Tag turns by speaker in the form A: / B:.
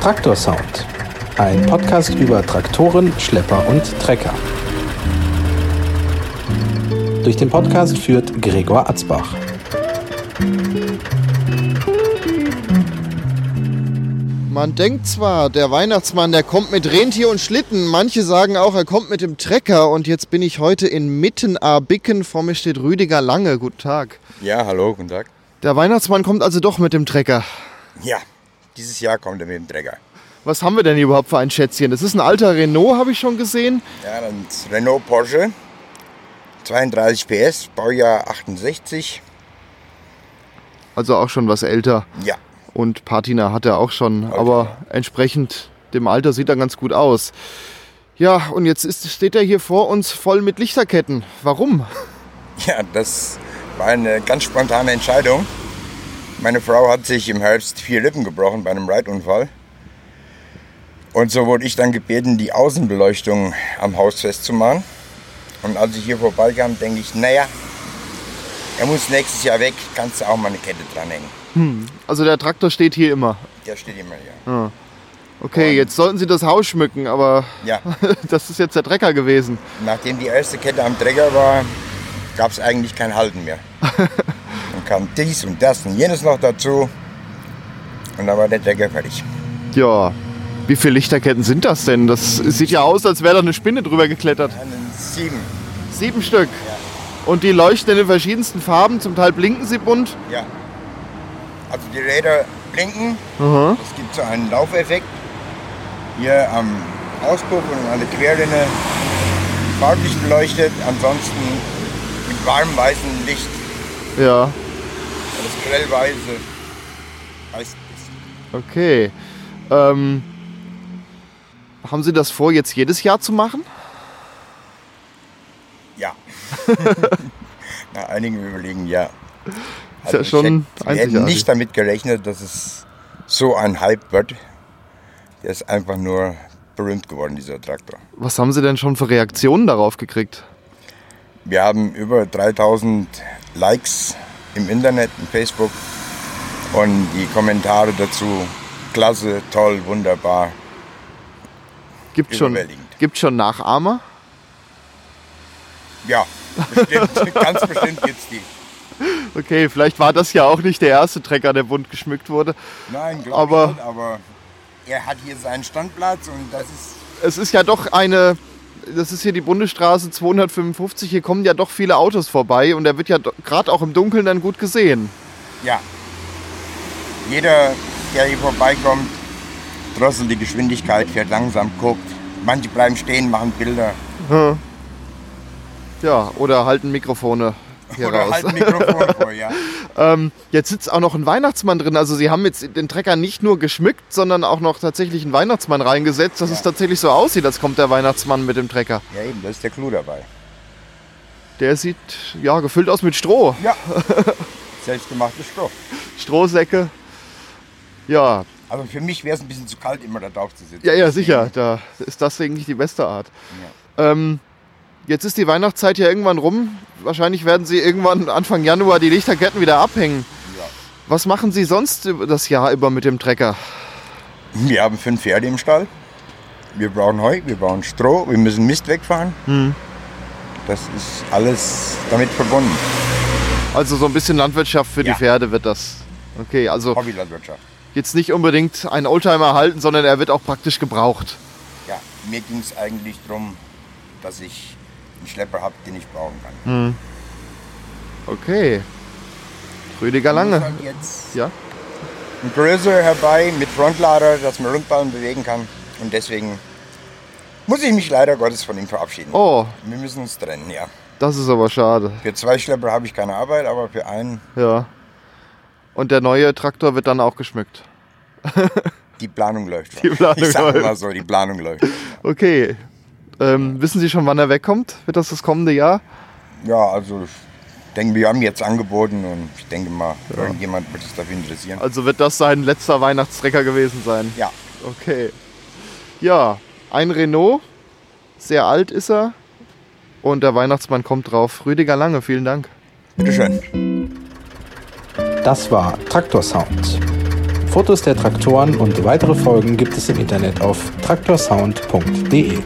A: Traktorsound. Ein Podcast über Traktoren, Schlepper und Trecker. Durch den Podcast führt Gregor Atzbach.
B: Man denkt zwar, der Weihnachtsmann, der kommt mit Rentier und Schlitten. Manche sagen auch, er kommt mit dem Trecker. Und jetzt bin ich heute in Mittenaar-Bicken. Vor mir steht Rüdiger Lange. Guten Tag.
C: Ja, hallo, guten Tag.
B: Der Weihnachtsmann kommt also doch mit dem Trecker.
C: Ja, dieses Jahr kommt er mit dem Trecker.
B: Was haben wir denn hier überhaupt für ein Schätzchen? Das ist ein alter Renault, habe ich schon gesehen.
C: Ja, dann ist Renault Porsche, 32 PS, Baujahr 68.
B: Also auch schon was älter.
C: Ja,
B: Und Patina hat er auch schon. Aber entsprechend dem Alter sieht er ganz gut aus. Ja, und jetzt ist, steht er hier vor uns voll mit Lichterketten. Warum?
C: ja, das war eine ganz spontane Entscheidung. Meine Frau hat sich im Herbst vier Lippen gebrochen bei einem Reitunfall. Und so wurde ich dann gebeten, die Außenbeleuchtung am Haus festzumachen. Und als ich hier vorbeikam, denke ich, naja, er muss nächstes Jahr weg, kannst du auch mal eine Kette dranhängen.
B: Also der Traktor steht hier immer.
C: Der steht immer hier.
B: Okay, jetzt sollten sie das Haus schmücken, aber
C: Ja,
B: das ist jetzt der Trecker gewesen.
C: Nachdem die erste Kette am Träger war, gab es eigentlich kein Halten mehr. Dann kam dies und das und jenes noch dazu. Und dann war der Träger fertig.
B: Ja, wie viele Lichterketten sind das denn? Das sieht ja aus, als wäre da eine Spinne drüber geklettert.
C: Einen sieben.
B: Sieben Stück. Und die leuchten in den verschiedensten Farben. Zum Teil blinken sie bunt.
C: Ja. Also die Räder blinken. Es gibt so einen Laufeffekt. Hier am Auspuff und an der Querlinne farblich beleuchtet. Ansonsten mit warmem weißem Licht.
B: Ja,
C: Das grellweiße weiß ist.
B: okay. Ähm, haben Sie das vor, jetzt jedes Jahr zu machen?
C: Ja. Nach einigen Überlegen, ja. Also
B: Ist ja schon
C: ich hätte, wir hätten
B: einzigartig.
C: nicht damit gerechnet, dass es so ein Hype wird. Der ist einfach nur berühmt geworden, dieser Traktor.
B: Was haben Sie denn schon für Reaktionen darauf gekriegt?
C: Wir haben über 3000 Likes im Internet, im Facebook. Und die Kommentare dazu, klasse, toll, wunderbar.
B: Gibt schon,
C: Überwältigend.
B: gibt schon Nachahmer?
C: Ja, bestimmt, ganz bestimmt gibt's die.
B: Okay, vielleicht war das ja auch nicht der erste Trecker, der bunt geschmückt wurde.
C: Nein,
B: Aber-
C: glaube ich nicht, aber er hat hier seinen Standplatz und das ist
B: Es ist ja doch eine. Das ist hier die Bundesstraße 255. Hier kommen ja doch viele Autos vorbei und er wird ja gerade auch im Dunkeln dann gut gesehen.
C: Ja. Jeder, der hier vorbeikommt, drosselt die Geschwindigkeit, fährt langsam, guckt. Manche bleiben stehen, machen Bilder
B: Ja, oder halten Mikrofone hier
C: oder
B: raus.
C: halten Mikrofon vor, ja.
B: Ähm, jetzt sitzt auch noch ein Weihnachtsmann drin. Also sie haben jetzt den Trecker nicht nur geschmückt, sondern auch noch tatsächlich einen Weihnachtsmann reingesetzt, dass es tatsächlich so aussieht, als kommt der Weihnachtsmann mit dem Trecker.
C: Ja eben, das ist der Clou dabei.
B: Der sieht ja gefüllt aus mit Stroh.
C: Ja. Selbstgemachtes Stoff.
B: Strohsäcke. Ja,
C: Also für mich wäre es ein bisschen zu kalt, immer da drauf zu sitzen.
B: Ja, ja, sicher. Da ist das eigentlich die beste Art. Ähm, jetzt ist die Weihnachtszeit ja irgendwann rum. Wahrscheinlich werden Sie irgendwann Anfang Januar die Lichterketten wieder abhängen.
C: Ja.
B: Was machen Sie sonst über- das Jahr über mit dem Trecker?
C: Wir haben fünf Pferde im Stall. Wir brauchen Heu, wir brauchen Stroh, wir müssen Mist wegfahren.
B: Hm.
C: Das ist alles damit verbunden.
B: Also so ein bisschen Landwirtschaft für
C: Ja.
B: die Pferde wird das. Okay, also
C: Hobbylandwirtschaft.
B: jetzt nicht unbedingt einen Oldtimer halten, sondern er wird auch praktisch gebraucht.
C: Ja, mir ging es eigentlich darum, dass ich einen Schlepper habe, den ich brauchen kann.
B: Hm. Okay. Rüdiger
C: Ich muss
B: Lange.
C: halt jetzt
B: Ja.
C: ein Größer herbei mit Frontlader, dass man Rundballen bewegen kann. Und deswegen muss ich mich leider Gottes von ihm verabschieden.
B: Oh,
C: Wir müssen uns trennen, ja.
B: das ist aber schade.
C: Für zwei Schlepper habe ich keine Arbeit, aber für einen,
B: Ja. Und der neue Traktor wird dann auch geschmückt.
C: die Planung läuft schon.
B: Die Planung
C: ich sage
B: läuft.
C: mal so, die Planung läuft.
B: Okay. Ähm, wissen Sie schon, wann er wegkommt? Wird das das kommende Jahr?
C: Ja, also ich denke, wir haben jetzt angeboten und ich denke mal, irgendjemand wird sich dafür interessieren.
B: Also wird das sein letzter Weihnachtstrecker gewesen sein?
C: Ja,
B: Okay. Ja, ein Renault. Sehr alt ist er. Und der Weihnachtsmann kommt drauf. Rüdiger Lange, vielen Dank.
C: bitteschön.
A: Das war Traktorsound. Fotos der Traktoren und weitere Folgen gibt es im Internet auf traktorsound.de.